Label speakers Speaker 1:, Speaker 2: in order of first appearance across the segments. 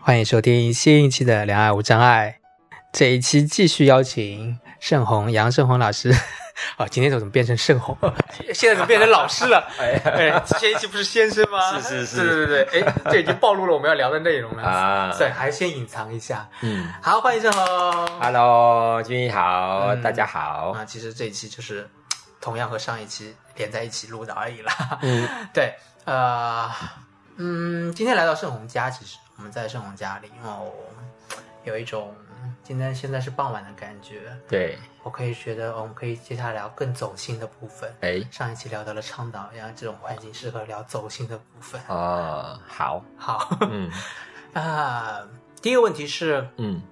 Speaker 1: 欢迎收听新一期的《两岸无障碍》。这一期继续邀请盛虹杨盛虹老师。 哦，今天怎么变成盛虹？ 现在怎么变成老师了？
Speaker 2: 哎
Speaker 1: 哎，之前一期不是先生吗？
Speaker 2: 是是是
Speaker 1: 对对对对，哎，这已经暴露了我们要聊的内容了
Speaker 2: 啊
Speaker 1: 所以还是先隐藏一下。
Speaker 2: 嗯
Speaker 1: 好，欢迎盛虹。
Speaker 2: ，Hello，君毅好，
Speaker 1: 嗯
Speaker 2: 大家好。
Speaker 1: 啊，其实这一期就是同样和上一期连在一起录的而已啦。
Speaker 2: 嗯，
Speaker 1: 对，呃，嗯，今天来到盛虹家，其实我们在盛虹家里，哦，有一种今天现在是傍晚的感觉。
Speaker 2: 对，
Speaker 1: 我可以觉得，哦我们可以接下来聊更走心的部分。
Speaker 2: 哎，
Speaker 1: 上一期聊到了倡导，然后这种环境适合聊走心的部分。
Speaker 2: 哦，好，
Speaker 1: 好，
Speaker 2: 嗯
Speaker 1: 啊，第一个问题是，
Speaker 2: 嗯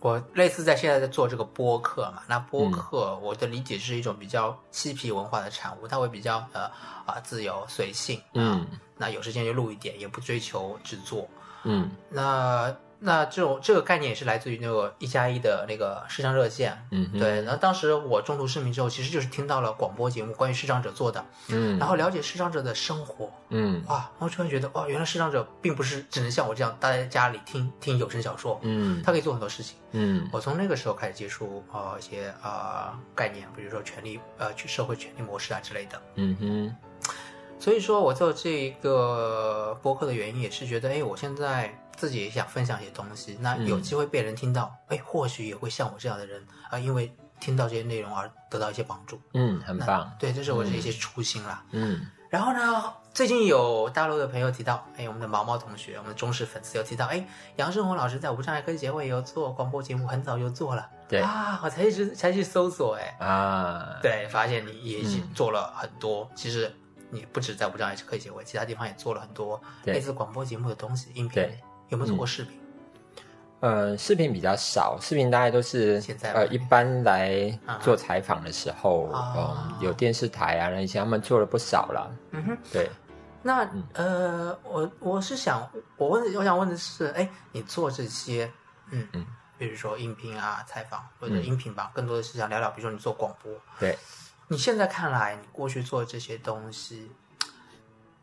Speaker 1: 我类似在现在在做这个播客嘛，那播客我的理解是一种比较嬉皮文化的产物，它会比较呃啊、自由随性，
Speaker 2: 嗯
Speaker 1: 那有时间就录一点，也不追求制作。
Speaker 2: 嗯
Speaker 1: 那那这种这个概念也是来自于那个一加一的那个视障热线。
Speaker 2: 嗯哼，
Speaker 1: 对，然后当时我中途失明之后，其实就是听到了广播节目关于视障者做的，
Speaker 2: 嗯，
Speaker 1: 然后了解视障者的生活，
Speaker 2: 嗯
Speaker 1: 哇，我突然觉得，哇，原来视障者并不是只能像我这样待在家里听听有声小说，
Speaker 2: 嗯
Speaker 1: 他可以做很多事情。
Speaker 2: 嗯
Speaker 1: 我从那个时候开始接触呃一些呃概念，比如说权利呃去社会权利模式啊之类的。
Speaker 2: 嗯哼，
Speaker 1: 所以说我做这一个播客的原因也是觉得，哎，我现在自己也想分享一些东西，那
Speaker 2: 嗯
Speaker 1: 有机会被人听到，哎，或许也会像我这样的人啊、因为听到这些内容而得到一些帮助。
Speaker 2: 嗯，很
Speaker 1: 那
Speaker 2: 棒，
Speaker 1: 对，这是我的一些初心啦。
Speaker 2: 嗯
Speaker 1: 然后呢，最近有大陆的朋友提到，哎，我们的毛毛同学，我们的忠实粉丝有提到，哎，杨胜宏老师在无障碍科技协会也有做广播节目，很早就做了。
Speaker 2: 对
Speaker 1: 啊，我才一直才去搜索，哎，
Speaker 2: 啊，
Speaker 1: 对，发现你也
Speaker 2: 嗯
Speaker 1: 做了很多。其实你不止在无障碍科技协会，其他地方也做了很多
Speaker 2: 对
Speaker 1: 类似广播节目的东西，音频
Speaker 2: 对。嗯
Speaker 1: 有没有做过视频？
Speaker 2: 呃，视频比较少，视频大概都是
Speaker 1: 现在吧
Speaker 2: 呃，一般来
Speaker 1: 啊
Speaker 2: 做采访的时候，
Speaker 1: 啊
Speaker 2: 嗯，有电视台啊，那些他们做了不少了，
Speaker 1: 嗯哼，
Speaker 2: 对，
Speaker 1: 那
Speaker 2: 嗯
Speaker 1: 呃，我我是想，我问，我想问的是，哎，你做这些，嗯
Speaker 2: 嗯，
Speaker 1: 比如说音频啊、采访或者
Speaker 2: 嗯
Speaker 1: 音频吧，更多的是想聊聊，比如说你做广播，
Speaker 2: 对，
Speaker 1: 你现在看来，你过去做这些东西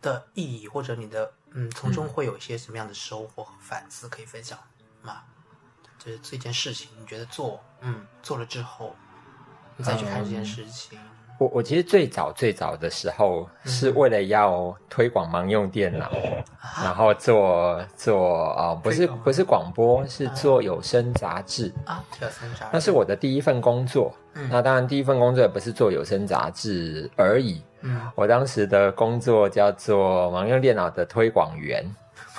Speaker 1: 的意义，或者你的嗯，从中会有一些什么样的收获和反思可以分享吗？就是这件事情，你觉得做嗯做了之后，你再去看这件事情，
Speaker 2: 我我其实最早最早的时候是为了要推广盲用电脑，
Speaker 1: 啊
Speaker 2: 然后做做啊、呃不
Speaker 1: 推
Speaker 2: 是
Speaker 1: 广
Speaker 2: 不是广播，是做有声杂志，
Speaker 1: 啊，这三啥？
Speaker 2: 那是我的第一份工作。
Speaker 1: 嗯
Speaker 2: 那当然，第一份工作也不是做有声杂志而已。
Speaker 1: 嗯，
Speaker 2: 我当时的工作叫做盲用电脑的推广员，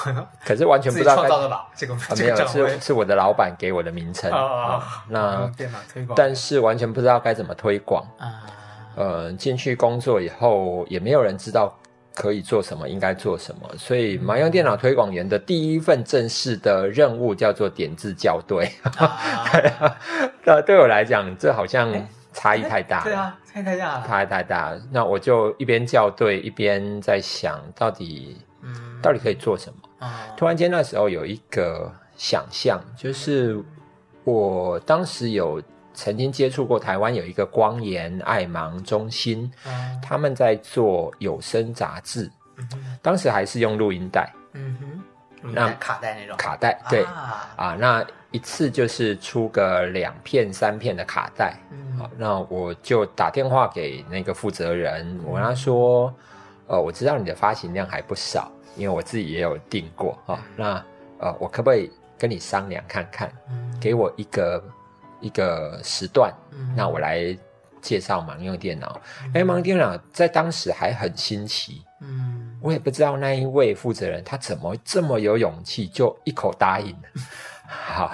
Speaker 1: 嗯
Speaker 2: 可是完全不
Speaker 1: 自己
Speaker 2: 知道
Speaker 1: 创
Speaker 2: 该
Speaker 1: 造的吧？这个
Speaker 2: 啊
Speaker 1: 这
Speaker 2: 没
Speaker 1: 个
Speaker 2: 有
Speaker 1: 账位
Speaker 2: 是是我的老板给我的名称。
Speaker 1: 啊啊啊，
Speaker 2: 那
Speaker 1: 电脑推广，
Speaker 2: 但是完全不知道该怎么推广。
Speaker 1: 啊，
Speaker 2: 呃，进去工作以后，也没有人知道可以做什么，应该做什么，所以
Speaker 1: 嗯
Speaker 2: 麻用电脑推广员的第一份正式的任务叫做点字校对。
Speaker 1: 啊
Speaker 2: 那 对我来讲，这好像差异太大
Speaker 1: 哎对
Speaker 2: 了。
Speaker 1: 啊，太太大了，
Speaker 2: 差异太大了，那我就一边校对，一边在想到底
Speaker 1: 嗯，
Speaker 2: 到底可以做什么。
Speaker 1: 啊，
Speaker 2: 突然间那时候有一个想象，就是我当时有曾经接触过台湾有一个光研爱盲中心，
Speaker 1: 嗯
Speaker 2: 他们在做有声杂志，
Speaker 1: 嗯哼
Speaker 2: 当时还是用录音带、
Speaker 1: 嗯哼，
Speaker 2: 那
Speaker 1: 带卡带那种，
Speaker 2: 卡带，对啊
Speaker 1: 啊，
Speaker 2: 那一次就是出个两片、三片的卡带。
Speaker 1: 嗯
Speaker 2: 好，那我就打电话给那个负责人，我跟他说，呃，我知道你的发行量还不少，因为我自己也有订过啊、那呃，我可不可以跟你商量看看，
Speaker 1: 嗯
Speaker 2: 给我一个一个时段，
Speaker 1: 嗯
Speaker 2: 那我来介绍盲用电脑。
Speaker 1: 嗯
Speaker 2: 哎、盲用电脑在当时还很新奇，
Speaker 1: 嗯
Speaker 2: 我也不知道那一位负责人他怎么这么有勇气，就一口答应了。好，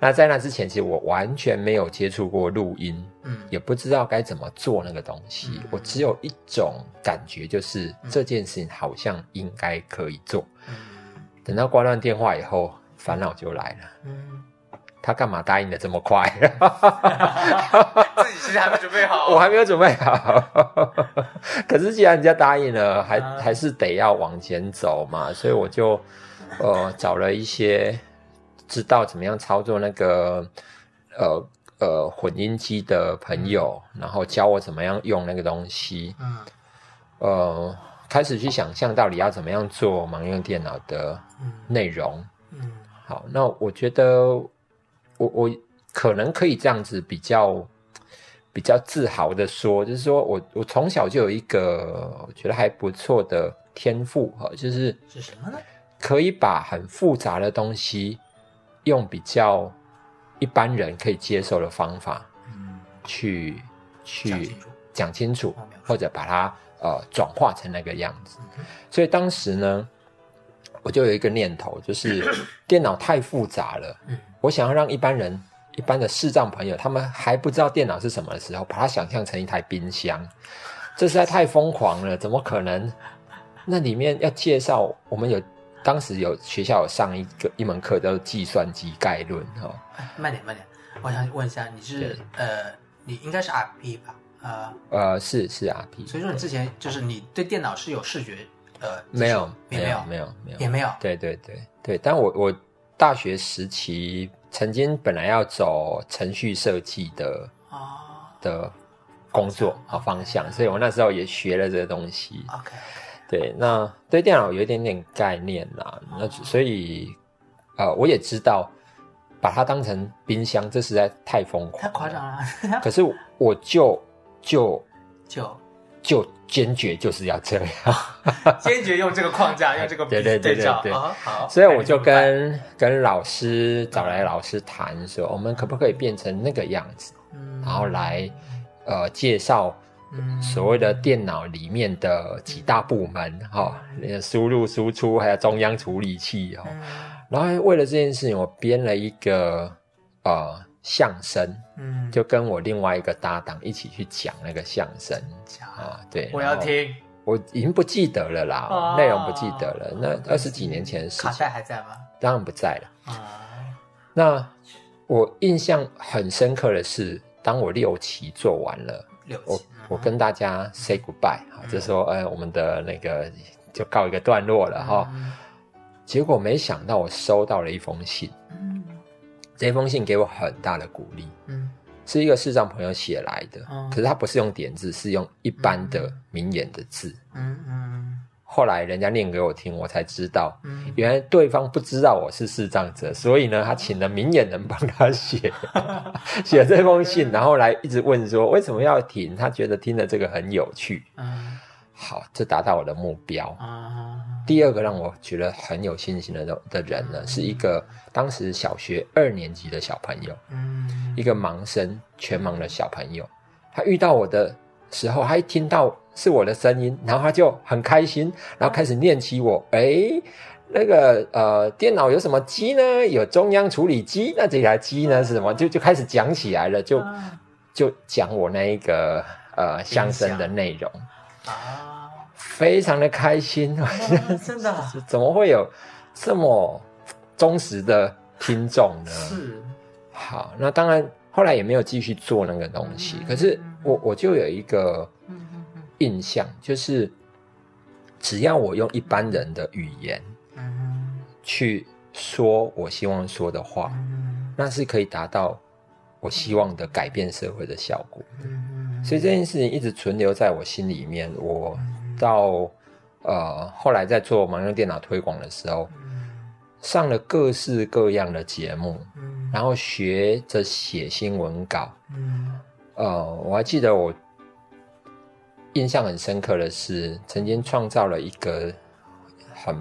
Speaker 2: 那在那之前，其实我完全没有接触过录音，
Speaker 1: 嗯
Speaker 2: 也不知道该怎么做那个东西
Speaker 1: 嗯。
Speaker 2: 我只有一种感觉，就是这件事情好像应该可以做。
Speaker 1: 嗯
Speaker 2: 等到挂断电话以后，烦恼就来了。
Speaker 1: 嗯，
Speaker 2: 他干嘛答应的这么快？
Speaker 1: 自己其实还没准备好
Speaker 2: 我还没有准备好。 可是既然人家答应了，还
Speaker 1: 啊
Speaker 2: 还是得要往前走嘛，所以我就呃找了一些知道怎么样操作那个呃呃混音机的朋友，然后教我怎么样用那个东西，
Speaker 1: 嗯
Speaker 2: 呃，开始去想象到底要怎么样做盲用电脑的
Speaker 1: 嗯
Speaker 2: 内容。
Speaker 1: 嗯
Speaker 2: 好，那我觉得我我可能可以这样子比较比较自豪的说，就是说我我从小就有一个我觉得还不错的天赋哈，就是
Speaker 1: 是什么呢？
Speaker 2: 可以把很复杂的东西用比较一般人可以接受的方法
Speaker 1: 嗯，
Speaker 2: 去
Speaker 1: 讲
Speaker 2: 去
Speaker 1: 清楚
Speaker 2: 讲清楚
Speaker 1: 哦描述，
Speaker 2: 或者把它呃转化成那个样子。所以当时呢，我就有一个念头，就是 电脑太复杂了，
Speaker 1: 嗯
Speaker 2: 我想要让一般人。一般的视障朋友，他们还不知道电脑是什么的时候，把它想象成一台冰箱，这实在太疯狂了，怎么可能？那里面要介绍，我们有当时有学校有上一个一门课叫做计算机概论哦，
Speaker 1: 哎，慢点慢点，我想问一下，你是
Speaker 2: 对
Speaker 1: 呃，你应该是 RP 吧？呃，
Speaker 2: 呃，是是 RP，
Speaker 1: 所以说你之前就是你对电脑是有视觉呃，
Speaker 2: 没有
Speaker 1: 接触
Speaker 2: 没
Speaker 1: 也没
Speaker 2: 有
Speaker 1: 有
Speaker 2: 没有没有
Speaker 1: 也没有，
Speaker 2: 对对对对，但我我大学时期曾经本来要走程序设计的
Speaker 1: 啊
Speaker 2: 的工作和方向，所以我那时候也学了这个东西。
Speaker 1: ，OK，
Speaker 2: 对，那对电脑有一点点概念啦，那所以呃，我也知道把它当成冰箱，这实在太疯狂，
Speaker 1: 太夸张。了，
Speaker 2: 可是我就就
Speaker 1: 就
Speaker 2: 就坚决就是要这样。
Speaker 1: 坚决用这个框架，用这个
Speaker 2: 对对对对
Speaker 1: 照
Speaker 2: 对
Speaker 1: 啊好，
Speaker 2: 所以我就
Speaker 1: 看你
Speaker 2: 跟跟老师找
Speaker 1: 嗯
Speaker 2: 来老师谈说，我们可不可以变成那个样子，
Speaker 1: 怎么办，嗯
Speaker 2: 然后来呃介绍
Speaker 1: 嗯
Speaker 2: 所谓的电脑里面的几大部门哈，那个输入、输出还有中央处理器哦。
Speaker 1: 嗯
Speaker 2: 然后为了这件事情，我编了一个呃相声，
Speaker 1: 嗯，
Speaker 2: 就跟我另外一个搭档一起去讲那个相声
Speaker 1: 假，
Speaker 2: 啊。对，
Speaker 1: 我要
Speaker 2: 然后
Speaker 1: 听，
Speaker 2: 我已经不记得了啦
Speaker 1: 啊，
Speaker 2: 内容不记得了。那二十几年前的事
Speaker 1: 哦卡
Speaker 2: 情
Speaker 1: 带，还在吗？
Speaker 2: 当然不在了。
Speaker 1: 啊，
Speaker 2: 那我印象很深刻的是，当我六期做完了，
Speaker 1: 六啊
Speaker 2: 我
Speaker 1: 级，
Speaker 2: 我跟大家 say goodbye
Speaker 1: 嗯
Speaker 2: 哈、就说呃我们的那个就告一个段落了哈、
Speaker 1: 嗯
Speaker 2: 结果没想到我收到了一封信，
Speaker 1: 嗯
Speaker 2: 这封信给我很大的鼓励，
Speaker 1: 嗯
Speaker 2: 是一个视障朋友写来的，
Speaker 1: 嗯
Speaker 2: 可是他不是用点字，是用一般的明眼的字。
Speaker 1: 嗯嗯
Speaker 2: 后来人家念给我听，我才知道。
Speaker 1: 嗯，
Speaker 2: 原来对方不知道我是视障者，所以呢，他请了明眼人帮他写写这封信，然后来一直问说为什么要停，他觉得听了这个很有趣。
Speaker 1: 嗯
Speaker 2: 好，这达到我的目标。
Speaker 1: 啊，
Speaker 2: 第二个让我觉得很有信心的人的人呢，是一个当时小学二年级的小朋友，
Speaker 1: 嗯
Speaker 2: 一个盲生全盲的小朋友。他遇到我的时候，他一听到是我的声音，然后他就很开心，然后开始念起我，诶，那个呃，电脑有什么机呢？有中央处理机，那这台机呢是什么？就就开始讲起来了，就
Speaker 1: 啊
Speaker 2: 就讲我那一个呃相声的内容，
Speaker 1: 啊，
Speaker 2: 非常的开心。
Speaker 1: 嗯真的啊
Speaker 2: 是 怎么会有这么忠实的听众呢？
Speaker 1: 是
Speaker 2: 好，那当然后来也没有继续做那个东西。
Speaker 1: 嗯
Speaker 2: 可是我我就有一个
Speaker 1: 嗯嗯嗯
Speaker 2: 印象，就是只要我用一般人的语言
Speaker 1: 嗯
Speaker 2: 去说我希望说的话，
Speaker 1: 嗯
Speaker 2: 那是可以达到我希望的改变社会的效果。
Speaker 1: 嗯，
Speaker 2: 所以这件事情一直存留在我心里面。我到呃后来在做盲人电脑推广的时候，
Speaker 1: 嗯
Speaker 2: 上了各式各样的节目，
Speaker 1: 嗯
Speaker 2: 然后学着写新闻稿。
Speaker 1: 嗯
Speaker 2: 呃，我还记得我印象很深刻的是，曾经创造了一个很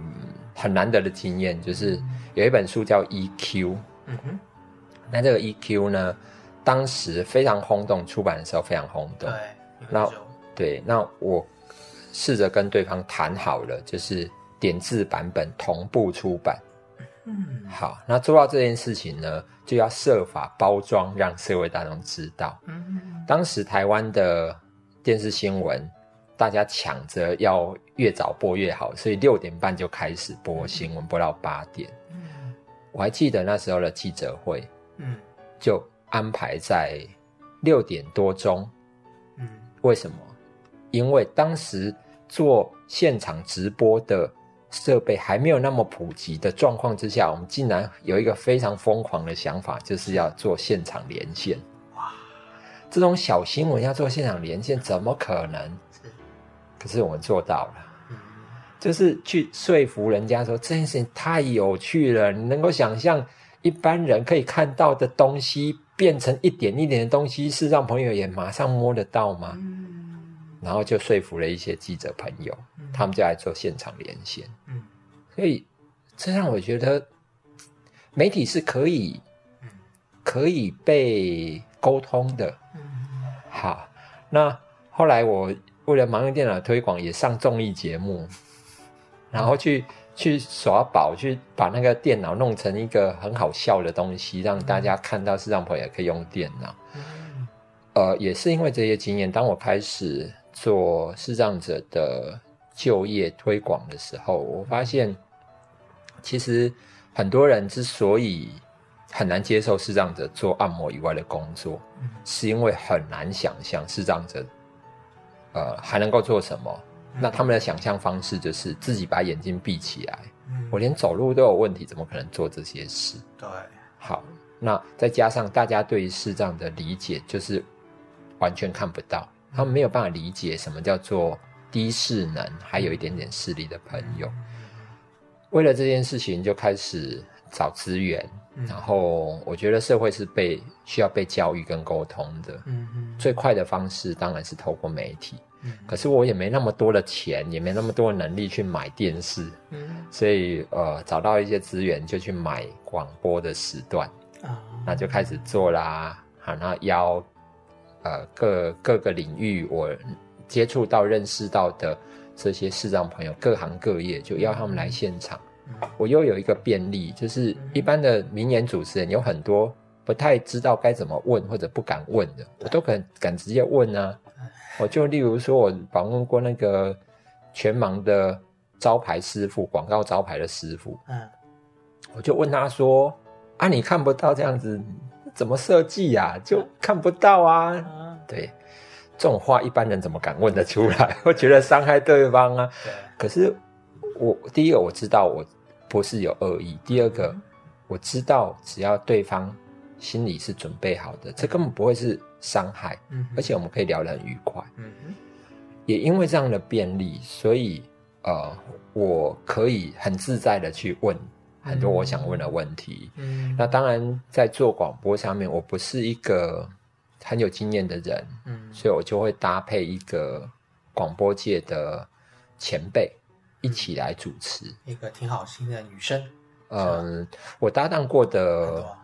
Speaker 2: 很难得的经验，就是有一本书叫《EQ》。
Speaker 1: 嗯哼，
Speaker 2: 那这个 EQ 呢，当时非常轰动，出版的时候非常轰动。
Speaker 1: 对，
Speaker 2: 那
Speaker 1: 有一种
Speaker 2: 对，那我试着跟对方谈好了，就是点字版本同步出版。
Speaker 1: 嗯
Speaker 2: 好，那做到这件事情呢，就要设法包装，让社会大众知道。
Speaker 1: 嗯
Speaker 2: 当时台湾的电视新闻，大家抢着要越早播越好，所以六点半就开始播新闻，播到八点。
Speaker 1: 嗯
Speaker 2: 我还记得那时候的记者会，
Speaker 1: 嗯
Speaker 2: 就安排在六点多钟。
Speaker 1: 嗯
Speaker 2: 为什么？因为当时做现场直播的设备还没有那么普及的状况之下，我们竟然有一个非常疯狂的想法，就是要做现场连线。这种小新闻要做现场连线，怎么可能？
Speaker 1: 是
Speaker 2: 可是我们做到了。
Speaker 1: 嗯
Speaker 2: 就是去说服人家说这件事情太有趣了，你能够想象一般人可以看到的东西变成一点一点的东西，是让朋友也马上摸得到吗？
Speaker 1: 嗯
Speaker 2: 然后就说服了一些记者朋友，
Speaker 1: 嗯
Speaker 2: 他们就来做现场连线。
Speaker 1: 嗯
Speaker 2: 所以这让我觉得嗯媒体是可以
Speaker 1: 嗯
Speaker 2: 可以被沟通的。
Speaker 1: 嗯
Speaker 2: 好，那后来我为了盲人电脑推广，也上综艺节目，然后去去耍宝，去把那个电脑弄成一个很好笑的东西，让大家看到是让朋友也可以用电脑。
Speaker 1: 嗯
Speaker 2: 呃，也是因为这些经验，当我开始做视障者的就业推广的时候，我发现其实很多人之所以很难接受视障者做按摩以外的工作，
Speaker 1: 嗯
Speaker 2: 是因为很难想象视障者呃还能够做什么。
Speaker 1: 嗯
Speaker 2: 那他们的想象方式就是自己把眼睛闭起来，
Speaker 1: 嗯，
Speaker 2: 我连走路都有问题，怎么可能做这些事？
Speaker 1: 对，
Speaker 2: 好，那再加上大家对于视障的理解，就是完全看不到，他们没有办法理解什么叫做低视能，还有一点点视力的朋友。
Speaker 1: 嗯
Speaker 2: 为了这件事情，就开始找资源，
Speaker 1: 嗯
Speaker 2: 然后我觉得社会是被需要被教育跟沟通的。
Speaker 1: 嗯嗯，
Speaker 2: 最快的方式当然是透过媒体，
Speaker 1: 嗯
Speaker 2: 可是我也没那么多的钱，也没那么多的能力去买电视，
Speaker 1: 嗯
Speaker 2: 所以呃，找到一些资源就去买广播的时段。
Speaker 1: 啊，
Speaker 2: 那就开始做啦。好，那邀呃各各个领域我接触到、认识到的这些视障朋友，各行各业，就邀他们来现场。
Speaker 1: 嗯
Speaker 2: 我又有一个便利，就是一般的名言主持人有很多不太知道该怎么问或者不敢问的，我都敢敢直接问啊。我就例如说，我访问过那个全盲的招牌师傅，广告招牌的师傅，
Speaker 1: 嗯
Speaker 2: 我就问他说：“啊，你看不到这样子，怎么设计呀、就看不到啊。
Speaker 1: 啊”，
Speaker 2: 对，这种话一般人怎么敢问得出来？ 会觉得伤害对方啊。
Speaker 1: 对，
Speaker 2: 可是我第一个我知道我不是有恶意，第二个我知道只要对方心里是准备好的，这根本不会是伤害，
Speaker 1: 嗯，
Speaker 2: 而且我们可以聊得很愉快。
Speaker 1: 嗯哼
Speaker 2: 也因为这样的便利，所以呃，我可以很自在的去问很多我想问的问题。
Speaker 1: 嗯，
Speaker 2: 那当然，在做广播上面，我不是一个很有经验的人，
Speaker 1: 嗯
Speaker 2: 所以我就会搭配一个广播界的前辈一起来主持。
Speaker 1: 一个挺好心的女生，
Speaker 2: 嗯，我搭档过
Speaker 1: 很
Speaker 2: 的
Speaker 1: 多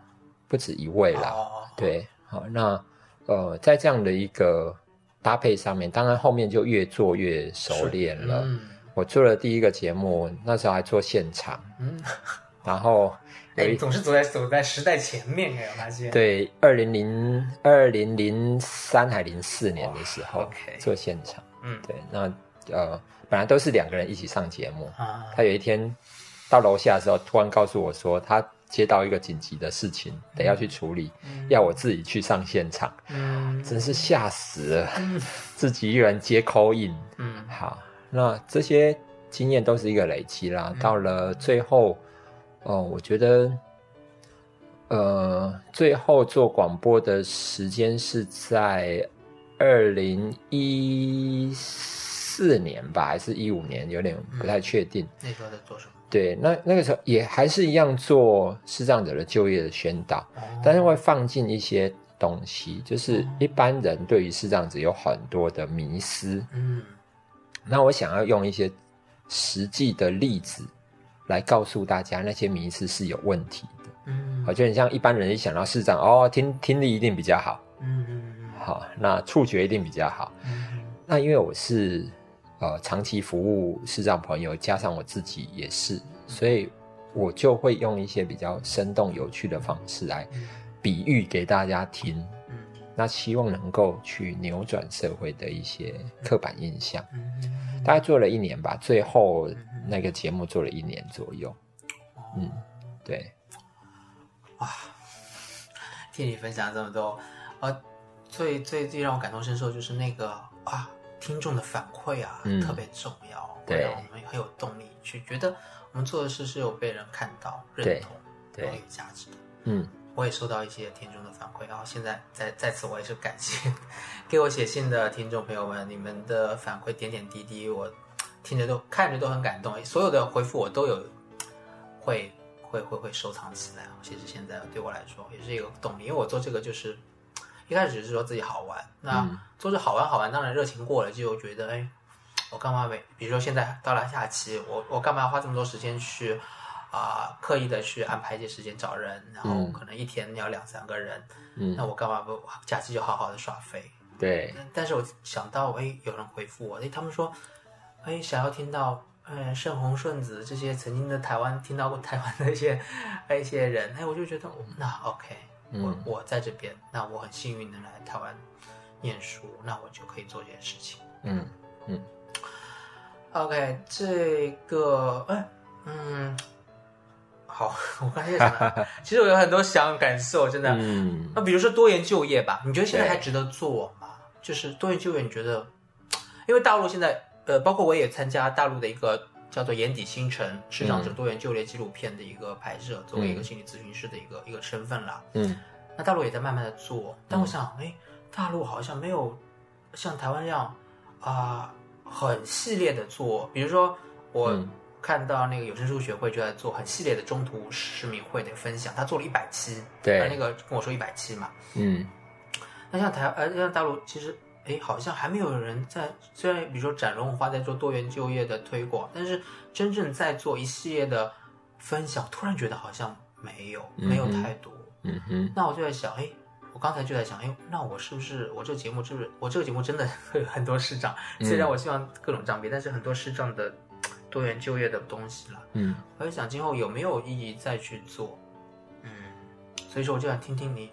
Speaker 2: 不止一位啦，
Speaker 1: 哦，
Speaker 2: 对，好，那呃，在这样的一个搭配上面，当然后面就越做越熟练了。
Speaker 1: 嗯
Speaker 2: 我做了第一个节目，那时候还做现场，
Speaker 1: 嗯，
Speaker 2: 然后
Speaker 1: 哎，
Speaker 2: 有
Speaker 1: 你
Speaker 2: 一
Speaker 1: 总是走在走在时代前面，哎，我发现，
Speaker 2: 对二零零二零零三还零四年的时
Speaker 1: 哇
Speaker 2: 候
Speaker 1: 哦，OK
Speaker 2: 做现场，
Speaker 1: 嗯
Speaker 2: 对，那呃本来都是两个人一起上节目，
Speaker 1: 啊，
Speaker 2: 他有一天到楼下的时候，突然告诉我说他接到一个紧急的事情，得要去处理，
Speaker 1: 嗯
Speaker 2: 要我自己去上现场，
Speaker 1: 嗯
Speaker 2: 真是吓死了，
Speaker 1: 嗯
Speaker 2: 自己一个人接 call in。
Speaker 1: 嗯
Speaker 2: 好，那这些经验都是一个累积啦。
Speaker 1: 嗯
Speaker 2: 到了最后，哦，我觉得，呃，最后做广播的时间是在二零一四年吧，还是一五年？有点不太确定。
Speaker 1: 那时候在做什么？
Speaker 2: 对，那那个时候也还是一样做视障者的就业的宣导，
Speaker 1: 哦
Speaker 2: 但是会放进一些东西，就是一般人对于视障者有很多的迷思。
Speaker 1: 嗯
Speaker 2: 那我想要用一些实际的例子来告诉大家，那些迷思是有问题的。
Speaker 1: 嗯
Speaker 2: 我觉得你像一般人一想到市长，哦，听听力一定比较好，
Speaker 1: 嗯嗯
Speaker 2: 好，那触觉一定比较好。
Speaker 1: 嗯
Speaker 2: 那因为我是呃长期服务视障朋友，加上我自己也是，所以我就会用一些比较生动有趣的方式来比喻给大家听。
Speaker 1: 嗯
Speaker 2: 那希望能够去扭转社会的一些刻板印象。
Speaker 1: 嗯，
Speaker 2: 大概做了一年吧，最后那个节目做了一年左右。嗯，对，
Speaker 1: 听你分享这么多，呃，最最最让我感同身受就是那个啊，听众的反馈啊，
Speaker 2: 嗯
Speaker 1: 特别重要，
Speaker 2: 对
Speaker 1: 让我们很有动力去觉得我们做的事是有被人看到、认
Speaker 2: 对
Speaker 1: 同、
Speaker 2: 对
Speaker 1: 然后有价值的。
Speaker 2: 嗯，
Speaker 1: 我也收到一些听众的反馈，然后现在在在此我也是感谢给我写信的听众朋友们，你们的反馈点点滴滴，我听着都看着都很感动，所有的回复我都有会会会会收藏起来。啊其实现在对我来说也是一个动力，因为我做这个就是一开始是说自己好玩，那
Speaker 2: 嗯
Speaker 1: 做着好玩好玩，当然热情过了就觉得哎，我干嘛没？比如说现在到了假期，我我干嘛花这么多时间去啊、刻意的去安排一些时间找人，然后
Speaker 2: 嗯
Speaker 1: 可能一天要两三个人，
Speaker 2: 嗯
Speaker 1: 那我干嘛不啊假期就好好的耍飞？
Speaker 2: 对，
Speaker 1: 但但是我想到，哎，有人回复我，哎，他们说，哎，想要听到，嗯、盛宏、顺子这些曾经的台湾听到过台湾的一些，一些人，哎，我就觉得，哦那 OK，我、
Speaker 2: 嗯
Speaker 1: 我在这边，那我很幸运能来台湾念书，那我就可以做这件事情。
Speaker 2: 嗯
Speaker 1: OK，这个，哎，嗯，好， 我刚才就想到，其实我有很多想感受，真的，
Speaker 2: 嗯
Speaker 1: 那比如说多元就业吧，你觉得现在
Speaker 2: 对
Speaker 1: 还值得做吗？就是多元就业，你觉得？因为大陆现在，呃，包括我也参加大陆的一个叫做“眼底星辰”视障者
Speaker 2: 嗯
Speaker 1: 多元就业纪录片的一个拍摄，作为一个
Speaker 2: 嗯
Speaker 1: 心理咨询师的一个一个身份啦。
Speaker 2: 嗯
Speaker 1: 那大陆也在慢慢的做，但我想，哎，大陆好像没有像台湾这样啊、很系列的做，比如说我。
Speaker 2: 嗯
Speaker 1: 看到那个有声书学会就在做很系列的中途失明会的分享，他做了一百期，
Speaker 2: 对
Speaker 1: 他那个跟我说一百期嘛，
Speaker 2: 嗯
Speaker 1: 那像台呃像大陆其实哎好像还没有人在，虽然比如说展荣华在做多元就业的推广，但是真正在做一系列的分享，突然觉得好像没有没有
Speaker 2: 嗯哼
Speaker 1: 太多。
Speaker 2: 嗯哼，
Speaker 1: 那我就在想，哎，我刚才就在想，哎，那我是不是我这个节目是不是我这个节目真的会有很多视障？
Speaker 2: 嗯
Speaker 1: 虽然我希望各种障别，但是很多视障的多元就业的东西啦。
Speaker 2: 嗯
Speaker 1: 我在想今后有没有意义再去做。嗯，所以说我就想听听你，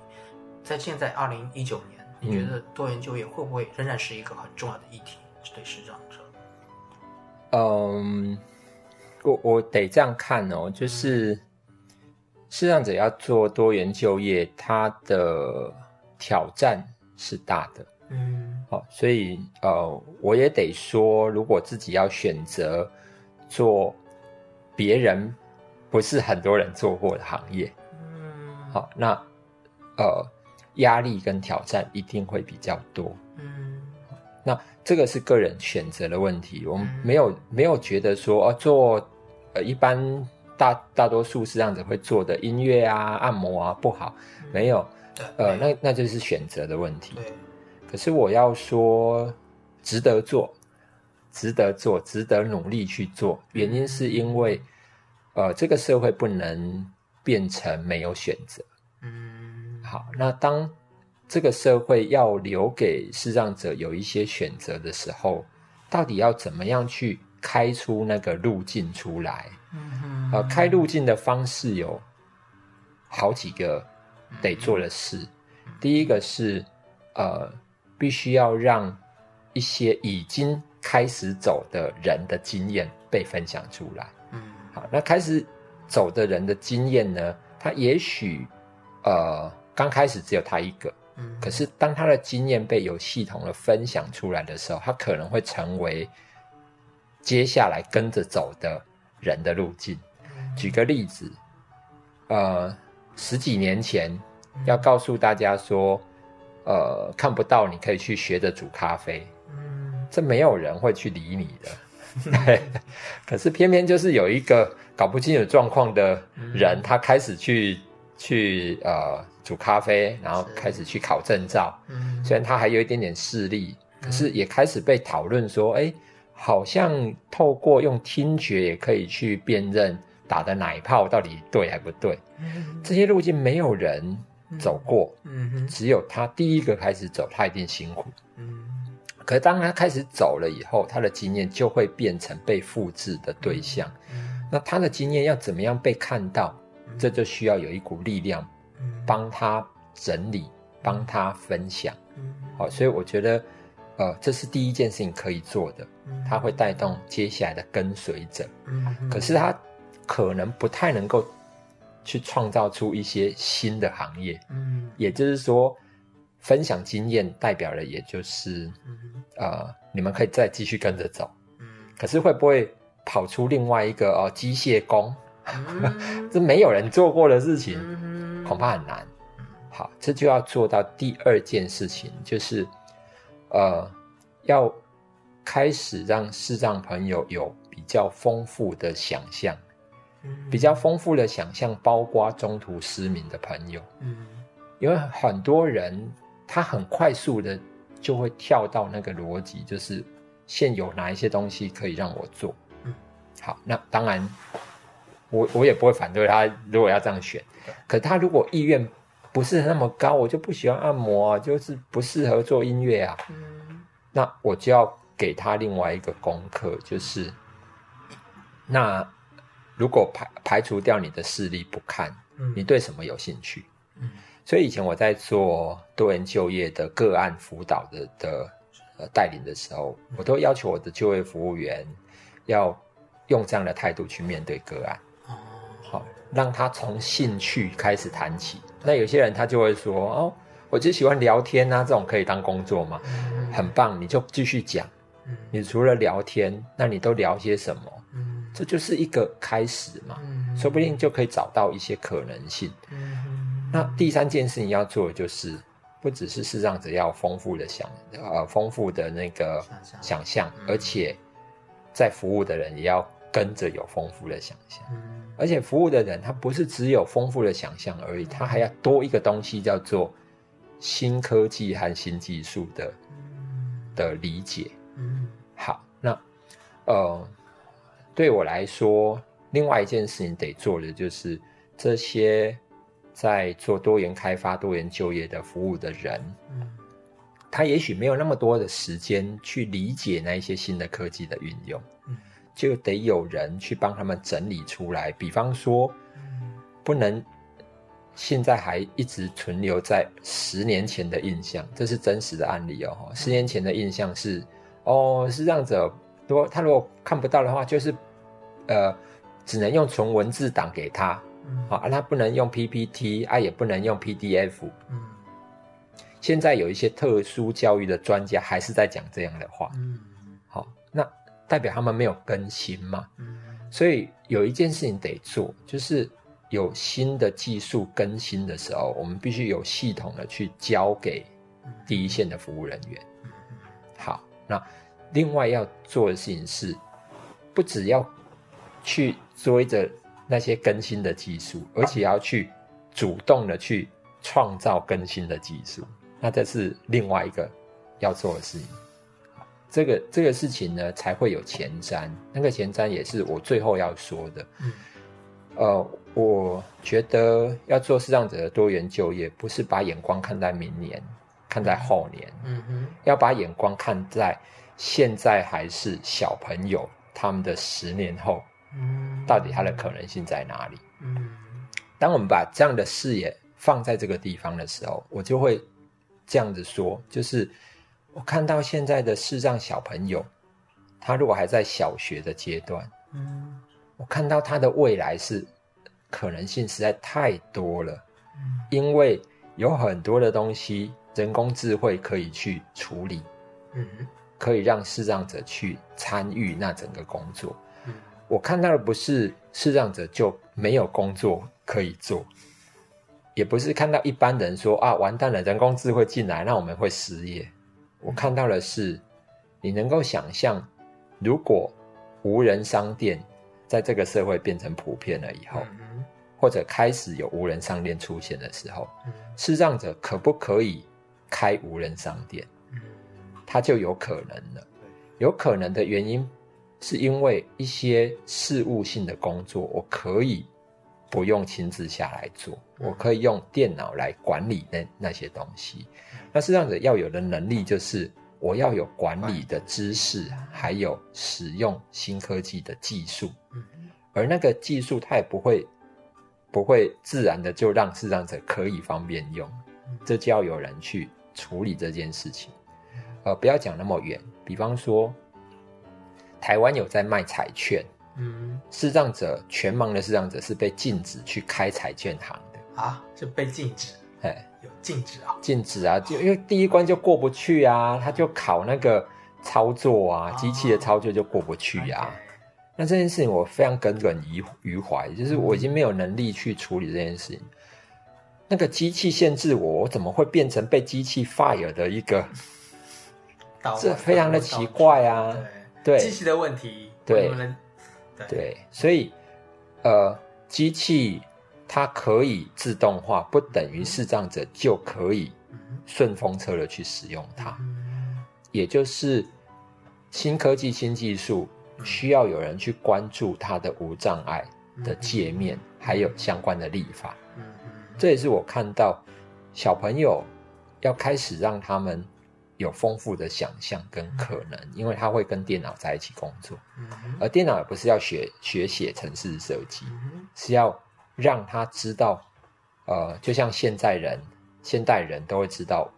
Speaker 1: 在现在二零一九年，你
Speaker 2: 嗯
Speaker 1: 觉得多元就业会不会仍然是一个很重要的议题？是对视障者，
Speaker 2: 嗯，我我得这样看哦，就是
Speaker 1: 嗯
Speaker 2: 视障者要做多元就业，他的挑战是大的。
Speaker 1: 嗯
Speaker 2: 好、所以呃，我也得说，如果自己要选择做别人不是很多人做过的行业，
Speaker 1: 嗯，
Speaker 2: 好、，那呃，压力跟挑战一定会比较多。
Speaker 1: 嗯
Speaker 2: 那这个是个人选择的问题，我们
Speaker 1: 嗯
Speaker 2: 没有没有觉得说哦，做呃一般大大多数是这样子会做的音乐啊、按摩啊不好，没有，
Speaker 1: 对，
Speaker 2: 呃，
Speaker 1: 没有
Speaker 2: 那那就是选择的问题。
Speaker 1: 对，
Speaker 2: 可是我要说，值得做，值得做，值得努力去做。原因是因为，
Speaker 1: 嗯
Speaker 2: 呃，这个社会不能变成没有选择。
Speaker 1: 嗯，
Speaker 2: 好，那当这个社会要留给视障者有一些选择的时候，到底要怎么样去开出那个路径出来？
Speaker 1: 嗯哼，
Speaker 2: 呃，开路径的方式有好几个得做的事。第一个是呃，必须要让一些已经开始走的人的经验被分享出来。
Speaker 1: 嗯，
Speaker 2: 好，那开始走的人的经验呢，他也许呃刚开始只有他一个，
Speaker 1: 嗯，
Speaker 2: 可是当他的经验被有系统的分享出来的时候，他可能会成为接下来跟着走的人的路径。
Speaker 1: 嗯
Speaker 2: 举个例子，呃，十几年前要告诉大家说，呃，看不到你可以去学着煮咖啡，
Speaker 1: 嗯
Speaker 2: 这没有人会去理你的。对，可是偏偏就是有一个搞不清楚状况的人，
Speaker 1: 嗯
Speaker 2: 他开始去去呃煮咖啡，然后
Speaker 1: 是
Speaker 2: 开始去考证照，
Speaker 1: 嗯，
Speaker 2: 虽然他还有一点点视力，
Speaker 1: 嗯
Speaker 2: 可是也开始被讨论说，哎、好像透过用听觉也可以去辨认打的奶泡到底对还不对。
Speaker 1: 嗯
Speaker 2: 这些路径没有人走过，
Speaker 1: 嗯哼
Speaker 2: 只有他第一个开始走，他一定辛苦。
Speaker 1: 嗯
Speaker 2: 可是当他开始走了以后，他的经验就会变成被复制的对象。
Speaker 1: 嗯
Speaker 2: 那他的经验要怎么样被看到？
Speaker 1: 嗯
Speaker 2: 这就需要有一股力量
Speaker 1: 嗯
Speaker 2: 帮他整理，帮他分享。
Speaker 1: 嗯
Speaker 2: 好，所以我觉得，呃，这是第一件事情可以做的，
Speaker 1: 嗯
Speaker 2: 它会带动接下来的跟随者。
Speaker 1: 嗯哼
Speaker 2: 可是它可能不太能够去创造出一些新的行业，
Speaker 1: 嗯
Speaker 2: 也就是说，分享经验代表了，也就是
Speaker 1: 嗯
Speaker 2: 呃，你们可以再继续跟着走。
Speaker 1: 嗯
Speaker 2: 可是会不会跑出另外一个哦，机械工，
Speaker 1: 嗯
Speaker 2: 这没有人做过的事情，
Speaker 1: 嗯
Speaker 2: 恐怕很难。好，这就要做到第二件事情，就是呃，要开始让视障朋友有比较丰富的想象，
Speaker 1: 嗯
Speaker 2: 比较丰富的想象包括中途失明的朋友，
Speaker 1: 嗯
Speaker 2: 因为很多人他很快速的就会跳到那个逻辑，就是现有哪一些东西可以让我做。
Speaker 1: 嗯，
Speaker 2: 好，那当然我我也不会反对他，如果要这样选
Speaker 1: 对，
Speaker 2: 可他如果意愿不是那么高，我就不喜欢按摩啊，就是不适合做音乐啊，
Speaker 1: 嗯
Speaker 2: 那我就要给他另外一个功课，就是那如果排排除掉你的视力不看，
Speaker 1: 嗯
Speaker 2: 你对什么有兴趣？
Speaker 1: 嗯
Speaker 2: 所以以前我在做多元就业的个案辅导的的呃带领的时候，我都要求我的就业服务员要用这样的态度去面对个案，
Speaker 1: 哦
Speaker 2: 好、让他从兴趣开始谈起。那有些人他就会说：“哦，我就喜欢聊天啊，这种可以当工作吗？”
Speaker 1: 嗯
Speaker 2: 很棒，你就继续讲。
Speaker 1: 嗯
Speaker 2: 你除了聊天，那你都聊些什么？
Speaker 1: 嗯
Speaker 2: 这就是一个开始嘛，
Speaker 1: 嗯
Speaker 2: 说不定就可以找到一些可能性。
Speaker 1: 嗯
Speaker 2: 那第三件事情要做的就是，不只是视障者要有丰富的想呃丰富的那个
Speaker 1: 想象
Speaker 2: 想象
Speaker 1: 嗯，
Speaker 2: 而且在服务的人也要跟着有丰富的想象。
Speaker 1: 嗯
Speaker 2: 而且服务的人他不是只有丰富的想象而已，他还要多一个东西叫做新科技和新技术的
Speaker 1: 嗯
Speaker 2: 的理解。
Speaker 1: 嗯
Speaker 2: 好，那呃，对我来说，另外一件事情得做的就是，这些在做多元开发、多元就业的服务的人，
Speaker 1: 嗯
Speaker 2: 他也许没有那么多的时间去理解那一些新的科技的运用，
Speaker 1: 嗯
Speaker 2: 就得有人去帮他们整理出来。比方说，
Speaker 1: 嗯
Speaker 2: 不能现在还一直存留在十年前的印象，这是真实的案例哦。十年前的印象是，哦，是这样子哦。如果他如果看不到的话，就是呃，只能用纯文字档给他，
Speaker 1: 嗯
Speaker 2: 好、啊，他不能用 PPT，啊，也不能用 PDF。
Speaker 1: 嗯
Speaker 2: 现在有一些特殊教育的专家还是在讲这样的话，
Speaker 1: 嗯
Speaker 2: 好、那代表他们没有更新嘛？
Speaker 1: 嗯
Speaker 2: 所以有一件事情得做，就是有新的技术更新的时候，我们必须有系统的去交给第一线的服务人员。好，那另外要做的事情是，不只要去追着那些更新的技术，而且要去主动的去创造更新的技术。那这是另外一个要做的事情。这个这个事情呢，才会有前瞻。那个前瞻也是我最后要说的。
Speaker 1: 嗯
Speaker 2: 呃，我觉得要做视障者的多元就业，不是把眼光看待明年，看待后年，
Speaker 1: 嗯哼
Speaker 2: 要把眼光看在现在还是小朋友他们的十年后，
Speaker 1: 嗯
Speaker 2: 到底它的可能性在哪里？
Speaker 1: 嗯
Speaker 2: 当我们把这样的视野放在这个地方的时候，我就会这样子说，就是我看到现在的视障小朋友，他如果还在小学的阶段，
Speaker 1: 嗯
Speaker 2: 我看到他的未来是可能性实在太多了，
Speaker 1: 嗯
Speaker 2: 因为有很多的东西，人工智慧可以去处理，
Speaker 1: 嗯
Speaker 2: 可以让视障者去参与那整个工作。
Speaker 1: 嗯
Speaker 2: 我看到的不是视障者就没有工作可以做，也不是看到一般人说啊完蛋了，人工智慧进来，那我们会失业。我看到的是，你能够想象，如果无人商店在这个社会变成普遍了以后，
Speaker 1: 嗯
Speaker 2: 或者开始有无人商店出现的时候，
Speaker 1: 嗯
Speaker 2: 视障者可不可以开无人商店？
Speaker 1: 嗯
Speaker 2: 它就有可能了。有可能的原因，是因为一些事务性的工作，我可以不用亲自下来做，
Speaker 1: 嗯
Speaker 2: 我可以用电脑来管理那那些东西
Speaker 1: 嗯。
Speaker 2: 那视障者要有的能力，就是我要有管理的知识，还有使用新科技的技术。
Speaker 1: 嗯
Speaker 2: 而那个技术它也不会不会自然的就让视障者可以方便用
Speaker 1: 嗯，
Speaker 2: 这就要有人去处理这件事情。呃，不要讲那么远，比方说，台湾有在卖彩券，
Speaker 1: 嗯
Speaker 2: 视障者全盲的视障者是被禁止去开彩券行的，
Speaker 1: 啊，是被禁止，
Speaker 2: 哎，
Speaker 1: 有禁止啊。
Speaker 2: 禁止啊，就因为第一关就过不去啊，他就考那个操作啊，机器的操作就过不去啊。那这件事情我非常耿耿于于怀，就是我已经没有能力去处理这件事情。 那个机器限制我，我怎么会变成被机器 fire 的一个
Speaker 1: 到
Speaker 2: 这非常的奇怪啊
Speaker 1: 对，
Speaker 2: 对
Speaker 1: 机器的问题，
Speaker 2: 对
Speaker 1: 我们人对
Speaker 2: 对，所以呃，机器它可以自动化，不等于视障者就可以
Speaker 1: 嗯
Speaker 2: 顺风车的去使用它。
Speaker 1: 嗯
Speaker 2: 也就是新科技、新技术
Speaker 1: 嗯
Speaker 2: 需要有人去关注它的无障碍的界面，还有相关的立法。
Speaker 1: 嗯嗯
Speaker 2: 这也是我看到小朋友要开始让他们有丰富的想象跟可能，因为他会跟电脑在一起工作，
Speaker 1: 嗯哼
Speaker 2: 而电脑也不是要学学写程式设计，
Speaker 1: 嗯哼
Speaker 2: 是要让他知道，呃，就像现在人现代人都会知道，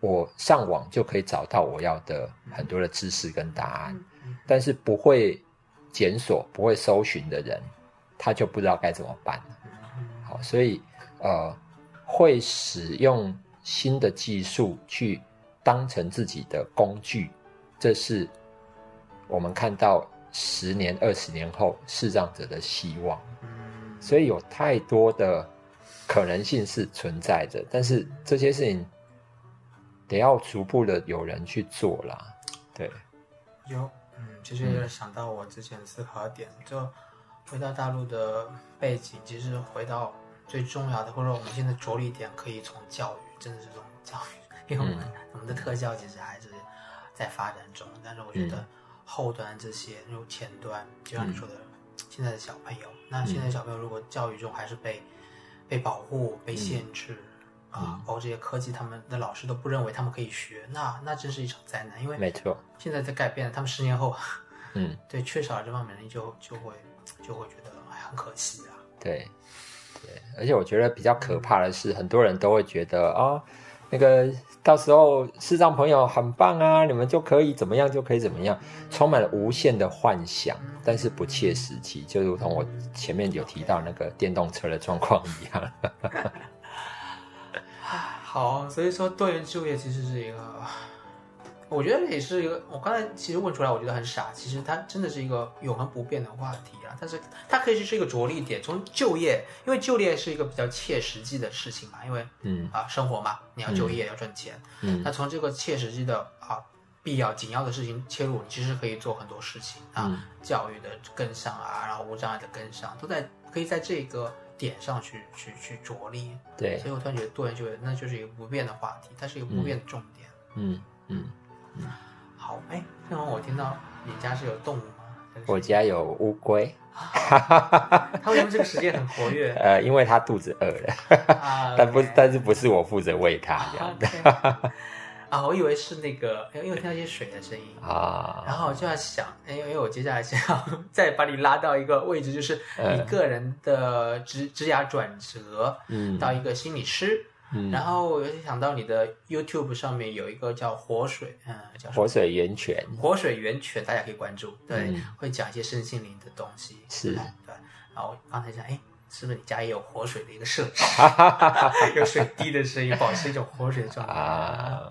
Speaker 2: 我上网就可以找到我要的很多的知识跟答案，
Speaker 1: 嗯
Speaker 2: 但是不会检索、不会搜寻的人，他就不知道该怎么办。
Speaker 1: 嗯
Speaker 2: 好，所以呃，会使用新的技术去当成自己的工具，这是我们看到十年、二十年后视障者的希望。
Speaker 1: 嗯
Speaker 2: 所以有太多的可能性是存在的，但是这些事情得要逐步的有人去做啦。对，
Speaker 1: 有，嗯，其实有点想到我之前思考的点，就回到大陆的背景，其实回到最重要的，或者我们现在着力点可以从教育，真的是从教育，因为我
Speaker 2: 嗯
Speaker 1: 们、我们的特教其实还是在发展中，但是我觉得
Speaker 2: 嗯
Speaker 1: 后端这些，有前端，就像你
Speaker 2: 嗯
Speaker 1: 说的，现在的小朋友，那现在小朋友如果教育中还是被被保护、
Speaker 2: 嗯
Speaker 1: 被限制。啊，包括这些科技，他们的老师都不认为他们可以学，那那真是一场灾难。因为
Speaker 2: 没错，
Speaker 1: 现在在改变，他们十年后
Speaker 2: 嗯，
Speaker 1: 对缺少这方面的人就就会就会觉得哎很可惜啊。
Speaker 2: 对，对，而且我觉得比较可怕的是，很多人都会觉得啊、那个到时候视障朋友很棒啊，你们就可以怎么样，就可以怎么样，充满了无限的幻想，但是不切实际，就如同我前面有提到那个电动车的状况一样。
Speaker 1: 好，所以说多元就业其实是一个，我觉得也是一个，我刚才其实问出来，我觉得很傻，其实它真的是一个永恒不变的话题啊。但是它可以是一个着力点，从就业，因为就业是一个比较切实际的事情嘛，因为
Speaker 2: 嗯
Speaker 1: 啊生活嘛，你要就业、要赚钱，
Speaker 2: 嗯
Speaker 1: 那从这个切实际的啊必要紧要的事情切入，你其实可以做很多事情啊，
Speaker 2: 嗯
Speaker 1: 教育的跟上啊，然后无障碍的跟上，都在可以在这个点上去去去着力。
Speaker 2: 对
Speaker 1: 所，以我突然觉得多元就业那就是一个不变的话题，它是一个不变的重点。
Speaker 2: 嗯嗯。
Speaker 1: 好，哎，那我听到你家是有动物吗？
Speaker 2: 我家有乌龟，
Speaker 1: 它为什么这个时间很活跃
Speaker 2: 呃，因为它肚子饿了，
Speaker 1: 啊？
Speaker 2: 但不，
Speaker 1: OK
Speaker 2: 但是不是我负责喂它这
Speaker 1: 啊
Speaker 2: 样
Speaker 1: ，OK 啊，我以为是那个，因为我听到一些水的声音。然
Speaker 2: 啊？
Speaker 1: 后我就在想，哎因为因为我接下来想要再把你拉到一个位置，就是你
Speaker 2: 嗯
Speaker 1: 个人的职职涯转折，
Speaker 2: 嗯
Speaker 1: 到一个心理师，
Speaker 2: 嗯，
Speaker 1: 然后我就想到你的 YouTube 上面有一个叫活水，嗯，叫什么
Speaker 2: 活水源泉，
Speaker 1: 活水源泉，大家可以关注，对，
Speaker 2: 嗯
Speaker 1: 会讲一些身心灵的东西，
Speaker 2: 是
Speaker 1: 对。对然后我刚才想，哎，是不是你家也有活水的一个设 置，有水滴的声音，保持一种活水的状态
Speaker 2: 啊？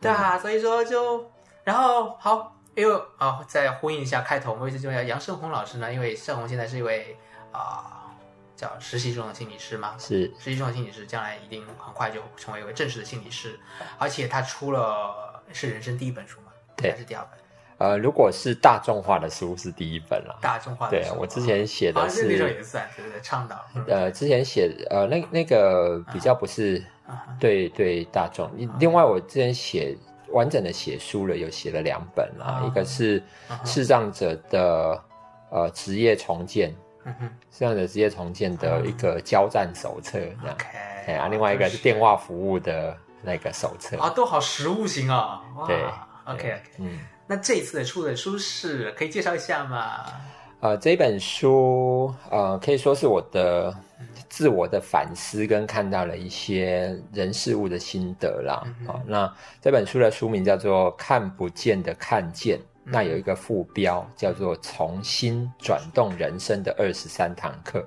Speaker 1: 对啊，所以说就，然后好，因为啊、再呼应一下开头，我们一直就要杨胜宏老师呢，因为胜宏现在是一位啊、叫实习中的心理师嘛，
Speaker 2: 是
Speaker 1: 实习中的心理师将来一定很快就成为一位正式的心理师，而且他出了是人生第一本书嘛，
Speaker 2: 对
Speaker 1: 还是第二本
Speaker 2: 呃，如果是大众化的书是第一本啦，
Speaker 1: 大众化的
Speaker 2: 对
Speaker 1: 书啊
Speaker 2: 我之前写的
Speaker 1: 啊
Speaker 2: 是
Speaker 1: 那时候也算对对对倡导，嗯
Speaker 2: 呃，之前写呃那那个比较不是
Speaker 1: 啊
Speaker 2: 对对大众，另外我之前写完整的写书了，有写了两本啦，
Speaker 1: 啊
Speaker 2: 一个是
Speaker 1: 啊哈
Speaker 2: 视障者的呃职业重建，
Speaker 1: 嗯哼
Speaker 2: 这样的职业重建的一个交战手册，这样。
Speaker 1: 啊，OK，
Speaker 2: 哎啊，另外一个是电话服务的那个手册。
Speaker 1: 啊，都好实务型啊，哇
Speaker 2: 对
Speaker 1: ，OK OK，
Speaker 2: 嗯，
Speaker 1: 那这一次的出的书是可以介绍一下吗？
Speaker 2: 呃，这本书呃可以说是我的自我的反思跟看到了一些人事物的心得啦。
Speaker 1: 嗯哼
Speaker 2: 哦，那这本书的书名叫做《看不见的看见》，
Speaker 1: 嗯
Speaker 2: 那有一个副标叫做《重新转动人生的二十三堂课》，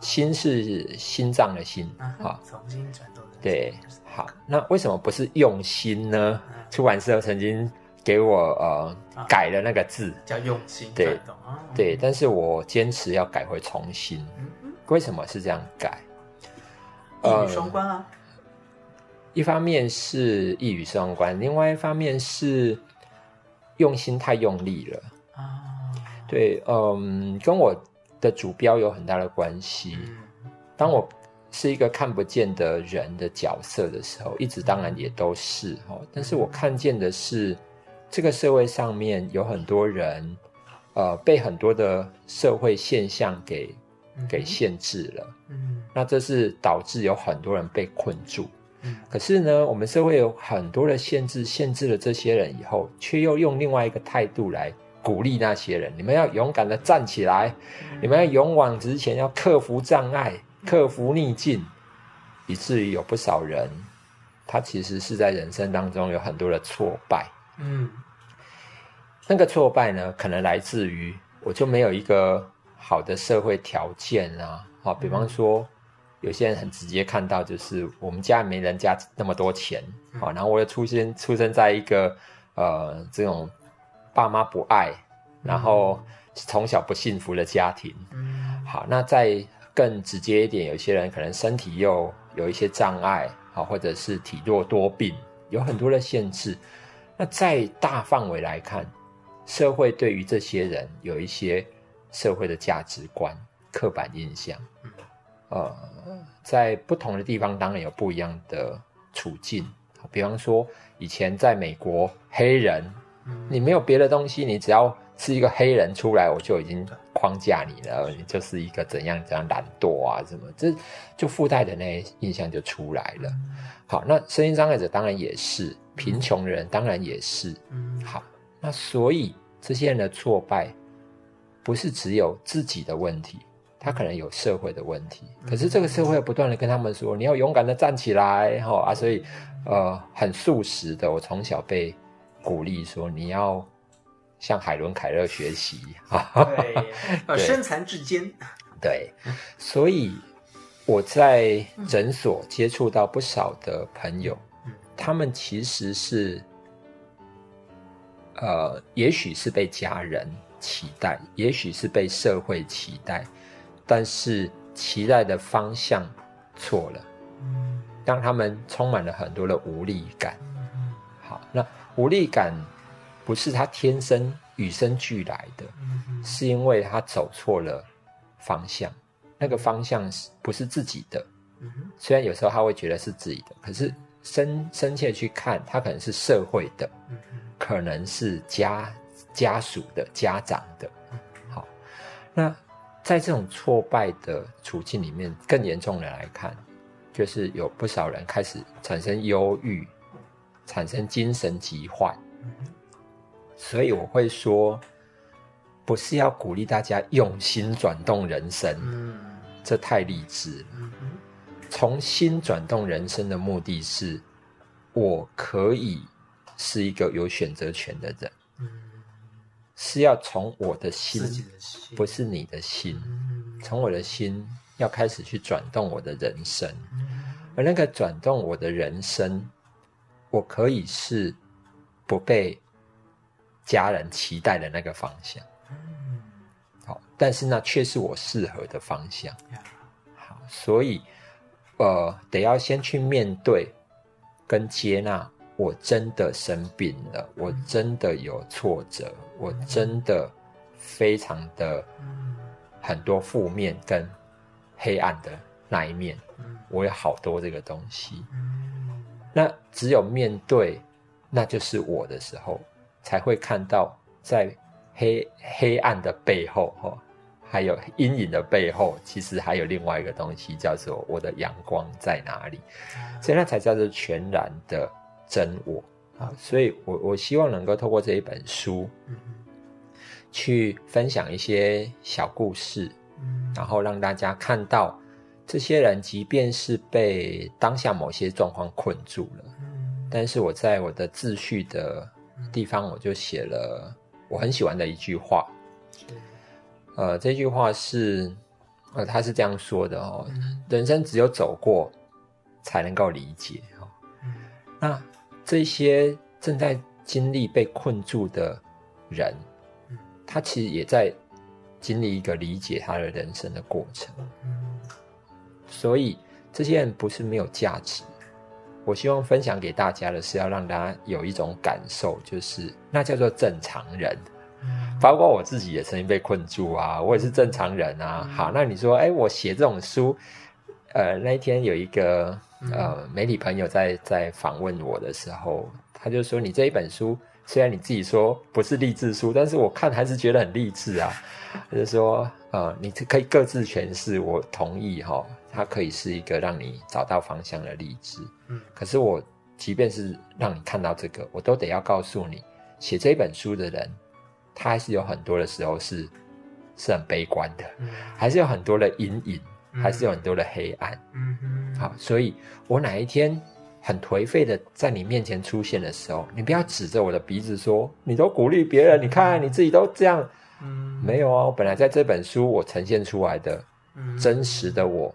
Speaker 2: 心是心脏的心，
Speaker 1: 啊
Speaker 2: 好、
Speaker 1: 哈，重新转动人生
Speaker 2: 对，好，那为什么不是用心呢
Speaker 1: 嗯？
Speaker 2: 出版社曾经给我
Speaker 1: 啊嗯
Speaker 2: 呃改了那个字，
Speaker 1: 叫用心
Speaker 2: 对
Speaker 1: 转动啊，
Speaker 2: 对，但是我坚持要改回重新。
Speaker 1: 嗯哼，
Speaker 2: 为什么是这样改？
Speaker 1: 一语双关啊，
Speaker 2: 一方面是一语双关，另外一方面是用心太用力了。
Speaker 1: 啊，
Speaker 2: 对，嗯，跟我的主标有很大的关系。
Speaker 1: 嗯
Speaker 2: 当我是一个看不见的人的角色的时候，一直当然也都是
Speaker 1: 嗯
Speaker 2: 哦，但是我看见的是这个社会上面有很多人，呃，被很多的社会现象给
Speaker 1: 嗯
Speaker 2: 给限制了。
Speaker 1: 嗯
Speaker 2: 那这是导致有很多人被困住。
Speaker 1: 嗯
Speaker 2: 可是呢，我们社会有很多的限制，限制了这些人以后，却又用另外一个态度来鼓励那些人：你们要勇敢的站起来，你们要勇往直前，要克服障碍，克服逆境，以至于有不少人，他其实是在人生当中有很多的挫败。
Speaker 1: 嗯
Speaker 2: 那个挫败呢，可能来自于我就没有一个好的社会条件啊。好、比方说，有些人很直接看到，就是我们家没人家那么多钱啊、好然后我又出生出生在一个呃这种爸妈不爱，然后从小不幸福的家庭。
Speaker 1: 嗯
Speaker 2: 好，那再更直接一点，有些人可能身体又有一些障碍啊，或者是体弱多病，有很多的限制。那再大范围来看，社会对于这些人有一些社会的价值观、刻板印象
Speaker 1: 嗯，
Speaker 2: 呃，在不同的地方当然有不一样的处境。比方说，以前在美国，黑人
Speaker 1: 嗯，
Speaker 2: 你没有别的东西，你只要是一个黑人出来，我就已经框架你了，你就是一个怎样怎样懒惰啊什么，这就附带的那印象就出来了。好，那身心障碍者当然也是，贫穷人当然也是。
Speaker 1: 嗯
Speaker 2: 好，那所以这些人的挫败，不是只有自己的问题，他可能有社会的问题。可是这个社会不断的跟他们说，你要勇敢的站起来，哈、啊，所以呃，很素食的，我从小被鼓励说你要向海伦凯勒学习啊，
Speaker 1: 对，呃，
Speaker 2: 对
Speaker 1: 身残志坚，
Speaker 2: 对，所以我在诊所接触到不少的朋友，
Speaker 1: 嗯
Speaker 2: 他们其实是，呃，也许是被家人期待，也许是被社会期待，但是期待的方向错了，
Speaker 1: 嗯
Speaker 2: 让他们充满了很多的无力感。
Speaker 1: 嗯
Speaker 2: 好，那无力感不是他天生与生俱来的，
Speaker 1: 嗯
Speaker 2: 是因为他走错了方向，那个方向是不是自己的？
Speaker 1: 嗯
Speaker 2: 虽然有时候他会觉得是自己的，可是深深切去看，他可能是社会的，
Speaker 1: 嗯
Speaker 2: 可能是家家属的、家长的。好，那在这种挫败的处境里面，更严重的来看，就是有不少人开始产生忧郁，产生精神疾患。
Speaker 1: 嗯
Speaker 2: 所以我会说，不是要鼓励大家用心转动人生，
Speaker 1: 嗯
Speaker 2: 这太励志了。
Speaker 1: 嗯
Speaker 2: 从心转动人生的目的是，我可以是一个有选择权的人，
Speaker 1: 嗯，
Speaker 2: 是要从我的心
Speaker 1: 自，己的心
Speaker 2: 不是你的心，
Speaker 1: 嗯
Speaker 2: 从我的心要开始去转动我的人生。
Speaker 1: 嗯
Speaker 2: 而那个转动我的人生，我可以是不被家人期待的那个方向。
Speaker 1: 嗯
Speaker 2: 好，但是那却是我适合的方向。
Speaker 1: 呀
Speaker 2: 好，所以呃，得要先去面对跟接纳，我真的生病了，我真的有挫折，我真的非常的
Speaker 1: 嗯
Speaker 2: 很多负面跟黑暗的那一面，
Speaker 1: 嗯
Speaker 2: 我有好多这个东西。
Speaker 1: 嗯
Speaker 2: 那只有面对那就是我的时候，才会看到在黑黑暗的背后，哈、哦，还有阴影的背后，其实还有另外一个东西，叫做我的阳光在哪里。所以那才叫做全然的真我啊！所以我我希望能够透过这一本书
Speaker 1: 嗯
Speaker 2: 去分享一些小故事，
Speaker 1: 嗯
Speaker 2: 然后让大家看到这些人，即便是被当下某些状况困住了。
Speaker 1: 嗯
Speaker 2: 但是我在我的自序的地方，我就写了我很喜欢的一句话。
Speaker 1: 是
Speaker 2: 呃，这句话是，呃，他是这样说的哦：
Speaker 1: 嗯
Speaker 2: 人生只有走过，才能够理解哦。
Speaker 1: 嗯
Speaker 2: 那这些正在经历被困住的人
Speaker 1: 嗯，
Speaker 2: 他其实也在经历一个理解他的人生的过程。
Speaker 1: 嗯
Speaker 2: 所以这些人不是没有价值，我希望分享给大家的是要让大家有一种感受，就是那叫做正常人。包括我自己也曾经被困住啊，我也是正常人啊。好，那你说，哎，我写这种书，呃，那一天有一个呃媒体朋友在在访问我的时候，他就说，你这一本书虽然你自己说不是励志书，但是我看还是觉得很励志啊。他就说，呃，你可以各自诠释，我同意哈、它可以是一个让你找到方向的励志。
Speaker 1: 嗯
Speaker 2: 可是我即便是让你看到这个，我都得要告诉你，写这本书的人，他还是有很多的时候是是很悲观的，
Speaker 1: 嗯
Speaker 2: 还是有很多的阴影，
Speaker 1: 嗯
Speaker 2: 还是有很多的黑暗。
Speaker 1: 嗯哼，
Speaker 2: 好，所以我哪一天很颓废的在你面前出现的时候，你不要指着我的鼻子说，你都鼓励别人，你看你自己都这样，
Speaker 1: 嗯，
Speaker 2: 没有哦。本来在这本书我呈现出来的
Speaker 1: 嗯
Speaker 2: 真实的我，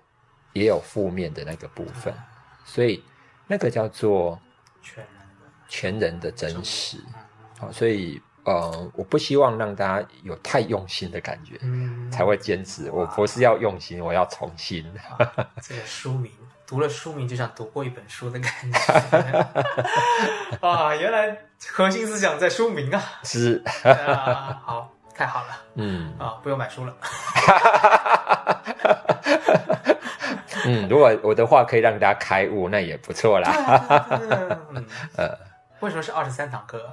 Speaker 2: 也有负面的那个部分，所以那个叫做
Speaker 1: 全人的，
Speaker 2: 全人的真实。
Speaker 1: 嗯
Speaker 2: 好、所以呃，我不希望让大家有太用心的感觉，
Speaker 1: 嗯，
Speaker 2: 才会坚持。我不是要用心，我要重新。
Speaker 1: 这个书名，读了书名就像读过一本书的感觉 啊！原来核心思想在书名啊！
Speaker 2: 是，
Speaker 1: 啊好，太好了
Speaker 2: 嗯
Speaker 1: 啊！不用买书了，
Speaker 2: 嗯，如果我的话可以让大家开悟，那也不错 啦。
Speaker 1: 嗯，为什么是二十三堂课？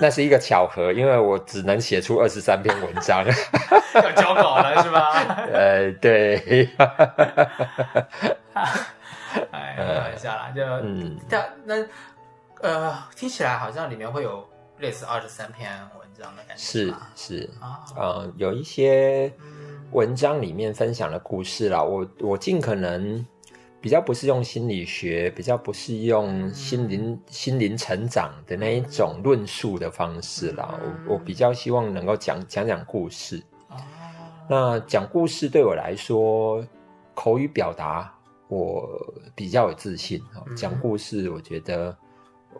Speaker 2: 那是一个巧合，因为我只能写出二十三篇文 章。
Speaker 1: 要交稿了是 吧？
Speaker 2: 呃，对，
Speaker 1: 哎，开玩笑啦，就
Speaker 2: 嗯，
Speaker 1: 但那呃，听起来好像里面会有类似二十三篇文章的感觉，
Speaker 2: 是
Speaker 1: 吧
Speaker 2: 是，
Speaker 1: 啊，
Speaker 2: 呃，有一些
Speaker 1: 嗯
Speaker 2: 文章里面分享的故事啦，我我尽可能比较不是用心理学，比较不是用心灵、
Speaker 1: 嗯
Speaker 2: 心灵成长的那一种论述的方式啦。
Speaker 1: 嗯
Speaker 2: 我我比较希望能够讲讲讲故事。
Speaker 1: 啊，
Speaker 2: 那讲故事对我来说，口语表达我比较有自信哦
Speaker 1: 嗯
Speaker 2: 讲故事我觉得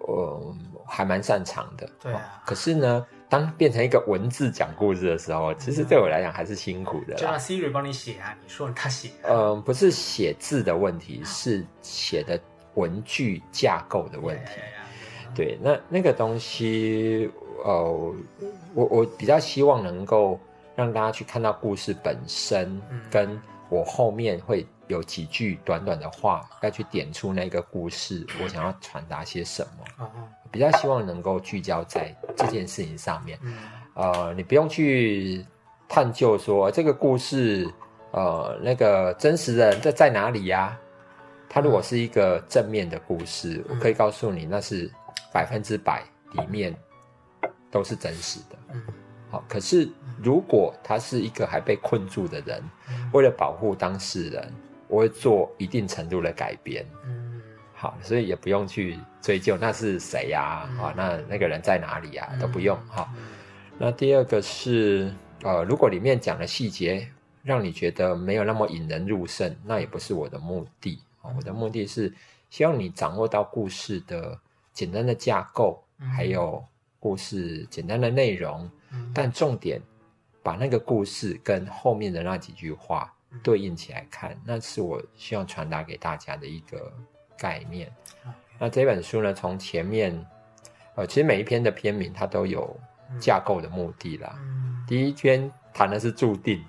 Speaker 2: 呃还蛮擅长的。哦
Speaker 1: 对啊
Speaker 2: 可是呢，当变成一个文字讲故事的时候，
Speaker 1: 嗯
Speaker 2: 其实对我来讲还是辛苦的
Speaker 1: 就
Speaker 2: 啦
Speaker 1: 让。Siri 帮你写啊，你说他写啊，
Speaker 2: 嗯，不是写字的问题，是写的文句架构的问题。
Speaker 1: 呀呀呀呀
Speaker 2: 对，那那个东西，呃，我我比较希望能够让大家去看到故事本身
Speaker 1: 嗯，
Speaker 2: 跟我后面会有几句短短的话，要去点出那个故事，我想要传达些什么。
Speaker 1: 哦，
Speaker 2: 比较希望能够聚焦在这件事情上面。
Speaker 1: 嗯
Speaker 2: 呃，你不用去探究说哎这个故事，呃，那个真实的人在在哪里呀、它如果是一个正面的故事，我
Speaker 1: 嗯
Speaker 2: 可以告诉你，那是百分之百里面都是真实的。
Speaker 1: 嗯
Speaker 2: 好、可是如果他是一个还被困住的人，
Speaker 1: 嗯
Speaker 2: 为了保护当事人，我会做一定程度的改变。
Speaker 1: 嗯
Speaker 2: 好，所以也不用去追究那是谁呀、
Speaker 1: 嗯
Speaker 2: 啊，那那个人在哪里呀、
Speaker 1: 嗯
Speaker 2: 都不用哈、
Speaker 1: 嗯
Speaker 2: 那第二个是，呃，如果里面讲的细节让你觉得没有那么引人入胜，那也不是我的目的。哦我的目的是希望你掌握到故事的简单的架构，
Speaker 1: 嗯
Speaker 2: 还有故事简单的内容，
Speaker 1: 嗯
Speaker 2: 但重点把那个故事跟后面的那几句话对应起来看，那是我希望传达给大家的一个概念。那这本书呢，从前面，呃，其实每一篇的篇名它都有架构的目的啦。
Speaker 1: 嗯
Speaker 2: 第一篇谈的是注定，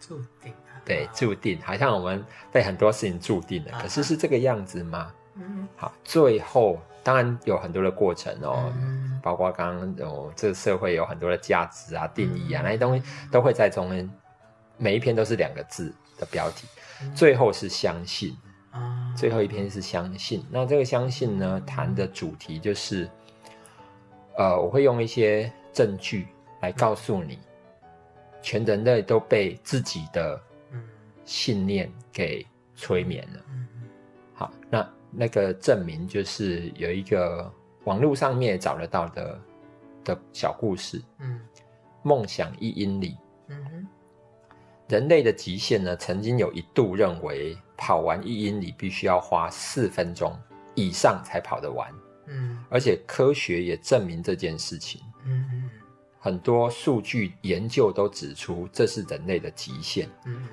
Speaker 1: 注定啊
Speaker 2: 对，注定，好像我们被很多事情注定了，
Speaker 1: 啊
Speaker 2: 可是是这个样子吗？
Speaker 1: 嗯
Speaker 2: 好，最后当然有很多的过程哦，
Speaker 1: 嗯
Speaker 2: 包括刚刚有这个社会有很多的价值啊、定义啊
Speaker 1: 嗯
Speaker 2: 那些东西，都会在中间，每一篇都是两个字的标题
Speaker 1: 嗯，
Speaker 2: 最后是相信，
Speaker 1: 啊
Speaker 2: 最后一篇是相信。那这个相信呢，谈的主题就是，呃，我会用一些证据来告诉你，全人类都被自己的
Speaker 1: 嗯
Speaker 2: 信念给催眠了。
Speaker 1: 嗯
Speaker 2: 好，那那个证明就是有一个网络上面也找得到的的小故事，
Speaker 1: 嗯
Speaker 2: 梦想一英里。
Speaker 1: 嗯哼
Speaker 2: 人类的极限呢，曾经有一度认为跑完一英里必须要花四分钟以上才跑得完，
Speaker 1: 嗯
Speaker 2: 而且科学也证明这件事情。
Speaker 1: 嗯嗯
Speaker 2: 很多数据研究都指出这是人类的极限。
Speaker 1: 嗯嗯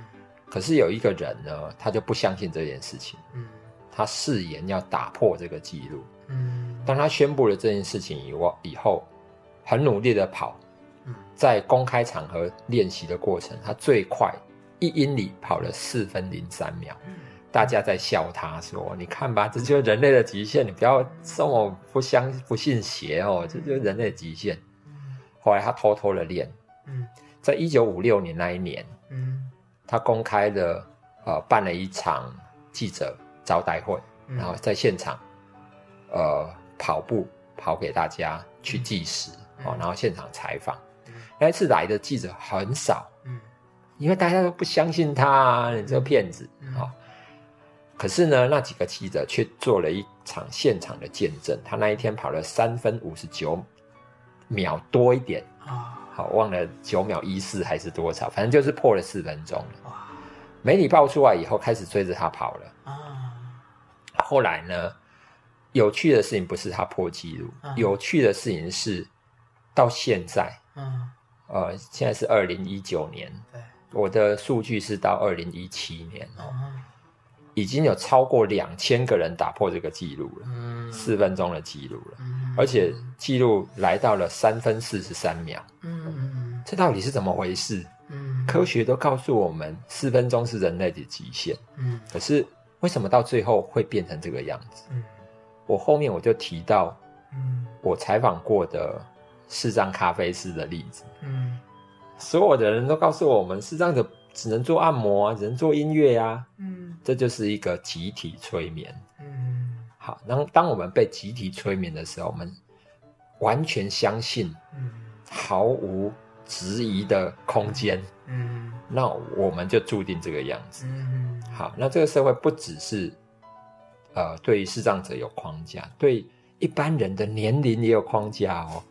Speaker 2: 可是有一个人呢，他就不相信这件事情，
Speaker 1: 嗯
Speaker 2: 他誓言要打破这个记录。
Speaker 1: 嗯
Speaker 2: 当他宣布了这件事情以后，以后很努力的跑
Speaker 1: 嗯，
Speaker 2: 在公开场合练习的过程，他最快一英里跑了四分零三秒。大家在笑他说：“你看吧，这就是人类的极限，你不要这么不相不信邪哦，这就是人类的极限。”后来他偷偷的练，
Speaker 1: 嗯
Speaker 2: 在一九五六年那一年，
Speaker 1: 嗯
Speaker 2: 他公开的呃办了一场记者招待会，
Speaker 1: 嗯，
Speaker 2: 然后在现场呃跑步跑给大家去计时
Speaker 1: 嗯
Speaker 2: 哦，然后现场采访
Speaker 1: 嗯。
Speaker 2: 那一次来的记者很少，
Speaker 1: 嗯
Speaker 2: 因为大家都不相信他、啊，你这个骗子
Speaker 1: 嗯
Speaker 2: 啊、哦可是呢，那几个记者却做了一场现场的见证。他那一天跑了三分五十九秒多一点，
Speaker 1: 啊
Speaker 2: 好、忘了九秒一四还是多少，反正就是破了四分钟了。
Speaker 1: 哇
Speaker 2: 媒体爆出来以后，开始追着他跑了。
Speaker 1: 啊
Speaker 2: 后来呢，有趣的事情不是他破纪录，
Speaker 1: 嗯
Speaker 2: 有趣的事情是到现在，
Speaker 1: 嗯
Speaker 2: 呃，现在是二零一九年，
Speaker 1: 对
Speaker 2: 我的数据是到二零一七年哦，
Speaker 1: 啊
Speaker 2: 已经有超过两千个人打破这个记录了，
Speaker 1: 嗯
Speaker 2: 四分钟的记录了，
Speaker 1: 嗯
Speaker 2: 而且记录来到了三分四十三秒，
Speaker 1: 嗯
Speaker 2: 这到底是怎么回事？
Speaker 1: 嗯
Speaker 2: 科学都告诉我们，四分钟是人类的极限，
Speaker 1: 嗯
Speaker 2: 可是为什么到最后会变成这个样子？
Speaker 1: 嗯
Speaker 2: 我后面我就提到
Speaker 1: 嗯
Speaker 2: 我采访过的视障咖啡师的例子，
Speaker 1: 嗯
Speaker 2: 所有的人都告诉我们，视障者只能做按摩啊，只能做音乐啊，
Speaker 1: 嗯
Speaker 2: 这就是一个集体催眠。
Speaker 1: 嗯
Speaker 2: 好，当当我们被集体催眠的时候，我们完全相信，
Speaker 1: 嗯
Speaker 2: 毫无质疑的空间，
Speaker 1: 嗯
Speaker 2: 那我们就注定这个样子。
Speaker 1: 嗯
Speaker 2: 好，那这个社会不只是呃对于视障者有框架，对一般人的年龄也有框架哦。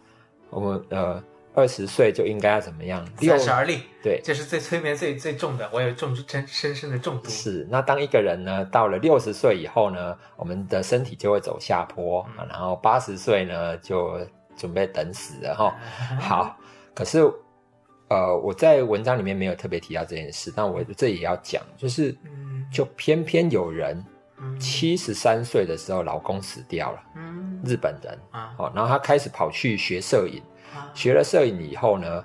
Speaker 2: 我们呃二十岁就应该要怎么样？六
Speaker 1: 三十而立，
Speaker 2: 对
Speaker 1: 这是最催眠最最重的，我有重深深深的中毒。
Speaker 2: 是。那当一个人呢到了六十岁以后呢，我们的身体就会走下坡，
Speaker 1: 嗯
Speaker 2: 啊然后八十岁呢就准备等死了哈、
Speaker 1: 嗯
Speaker 2: 好，可是呃我在文章里面没有特别提到这件事，但我这也要讲，就是
Speaker 1: 嗯，
Speaker 2: 就偏偏有人。
Speaker 1: 嗯
Speaker 2: 七十三岁的时候，老公死掉了，
Speaker 1: 嗯
Speaker 2: 日本人。
Speaker 1: 啊
Speaker 2: 哦，然后他开始跑去学摄影，
Speaker 1: 啊
Speaker 2: 学了摄影以后呢，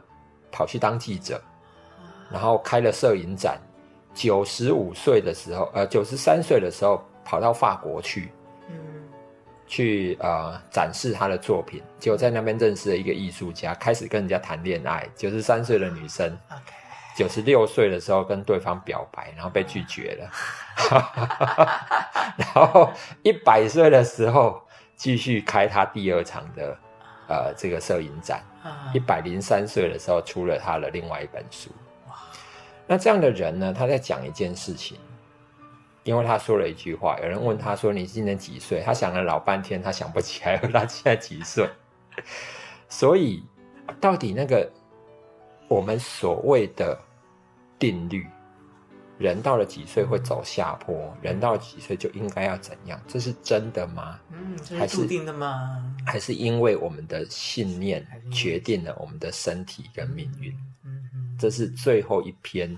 Speaker 2: 跑去当记者，然后开了摄影展。九十五岁的时候，呃，九十三岁的时候，跑到法国去，
Speaker 1: 嗯
Speaker 2: 去呃展示他的作品。结果在那边认识了一个艺术家，开始跟人家谈恋爱。九十三岁的女生，
Speaker 1: ，OK，
Speaker 2: 九十六岁的时候跟对方表白，然后被拒绝了， 然后一百岁的时候继续开他第二场的呃这个摄影展，
Speaker 1: 啊
Speaker 2: 一百零三岁的时候出了他的另外一本书。那这样的人呢，他在讲一件事情，因为他说了一句话，有人问他说：“你今年几岁？”他想了老半天，他想不起来他现在几岁。所以，到底那个我们所谓的定律，人到了几岁会走下坡，人到了几岁就应该要怎样，这是真的吗？
Speaker 1: 嗯，这
Speaker 2: 还
Speaker 1: 是
Speaker 2: 是
Speaker 1: 注定的嘛，
Speaker 2: 还是因为我们的信念
Speaker 1: 还是因为
Speaker 2: 决定了我们的身体跟命运？
Speaker 1: 嗯，嗯
Speaker 2: 这是最后一篇，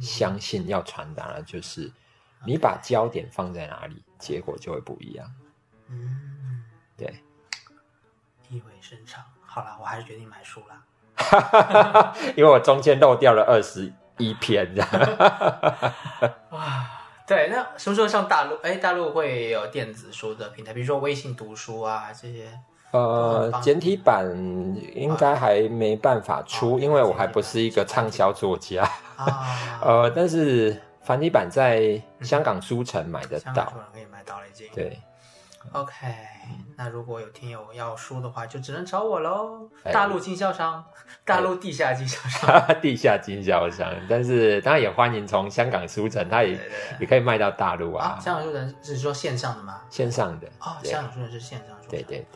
Speaker 2: 相信要传达的就是，你把焦点放在哪里，结果就会不一样。
Speaker 1: 嗯，
Speaker 2: 对，
Speaker 1: 意味深长。好了，我还是决定买书了。
Speaker 2: 因为我中间漏掉了二十一篇，这样
Speaker 1: 哇，啊对，那什么时候上大陆？哎，大陆会有电子书的平台，比如说微信读书啊这些。
Speaker 2: 呃，简体版应该还没办法
Speaker 1: 哦
Speaker 2: 出，因为我还不是一个畅销作家。
Speaker 1: 啊，
Speaker 2: 呃，但是繁体版在香港书城买得
Speaker 1: 嗯香港
Speaker 2: 到
Speaker 1: 书。人可以买到了已经。
Speaker 2: 呃对，
Speaker 1: OK，那如果有听友要书的话，就只能找我喽。
Speaker 2: 哎
Speaker 1: 大陆经销商，大陆地下经销商。
Speaker 2: 地下经销商，但是当然也欢迎从香港书城，它也
Speaker 1: 对对
Speaker 2: 也可以卖到大陆
Speaker 1: 啊，
Speaker 2: 啊，
Speaker 1: 香港书人是说线上的吗？
Speaker 2: 线上的。
Speaker 1: 哦，
Speaker 2: 对
Speaker 1: 香港书人是线上书
Speaker 2: 对嗯
Speaker 1: 城。
Speaker 2: 对对。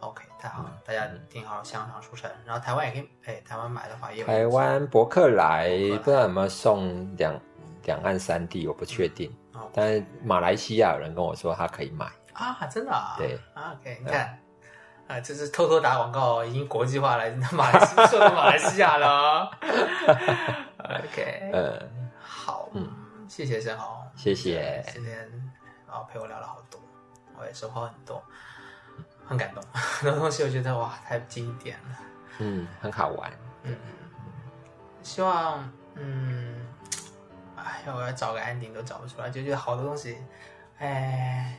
Speaker 1: OK，太好了，大家听好香港书城，然后台湾也可以，哎，台湾买的话也有。
Speaker 2: 台湾博客来
Speaker 1: 博客来
Speaker 2: 不知道有没有送两两岸三地，我不确定。
Speaker 1: 哦
Speaker 2: 但是马来西亚有人跟我说他可以买，
Speaker 1: 啊，真的啊？
Speaker 2: 对
Speaker 1: 啊，OK，你看，啊，这是偷偷打广告，已经国际化了，已经到马来西亚， 送到马来西亚了。OK，
Speaker 2: 呃，
Speaker 1: 好，
Speaker 2: 嗯，
Speaker 1: 谢谢沈豪，哦
Speaker 2: 谢谢
Speaker 1: 今天然后陪我聊了好多，我也收获很多，很感动。 很多东西我觉得哇，太经典了。
Speaker 2: 嗯，很好玩。
Speaker 1: 希望，嗯，哎，我要找个安定都找不出来，就觉得好多东西，哎，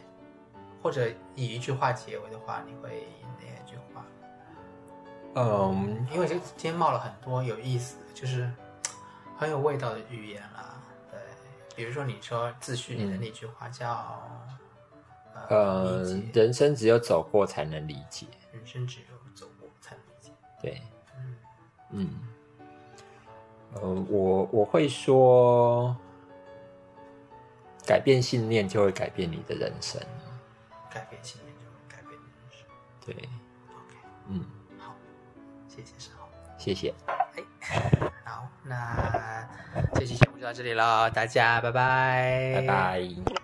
Speaker 1: 或者以一句话结尾的话，你会哪一句话？
Speaker 2: 嗯，
Speaker 1: 因为这今天冒了很多有意思，就是很有味道的语言啦。对，比如说你说自序里的那句话叫，
Speaker 2: 呃
Speaker 1: 理解，
Speaker 2: 人生只有走过才能理解。
Speaker 1: 人生只有走过才能理解。
Speaker 2: 对，
Speaker 1: 嗯
Speaker 2: 嗯，呃，我我会说，改变信念就会改变你的人生。
Speaker 1: 改变信念就会改变人生。
Speaker 2: 对，
Speaker 1: OK，
Speaker 2: 嗯，
Speaker 1: 谢谢沈浩。
Speaker 2: 谢谢，
Speaker 1: 好，那这期节目就到这里了，大家拜拜，
Speaker 2: 拜拜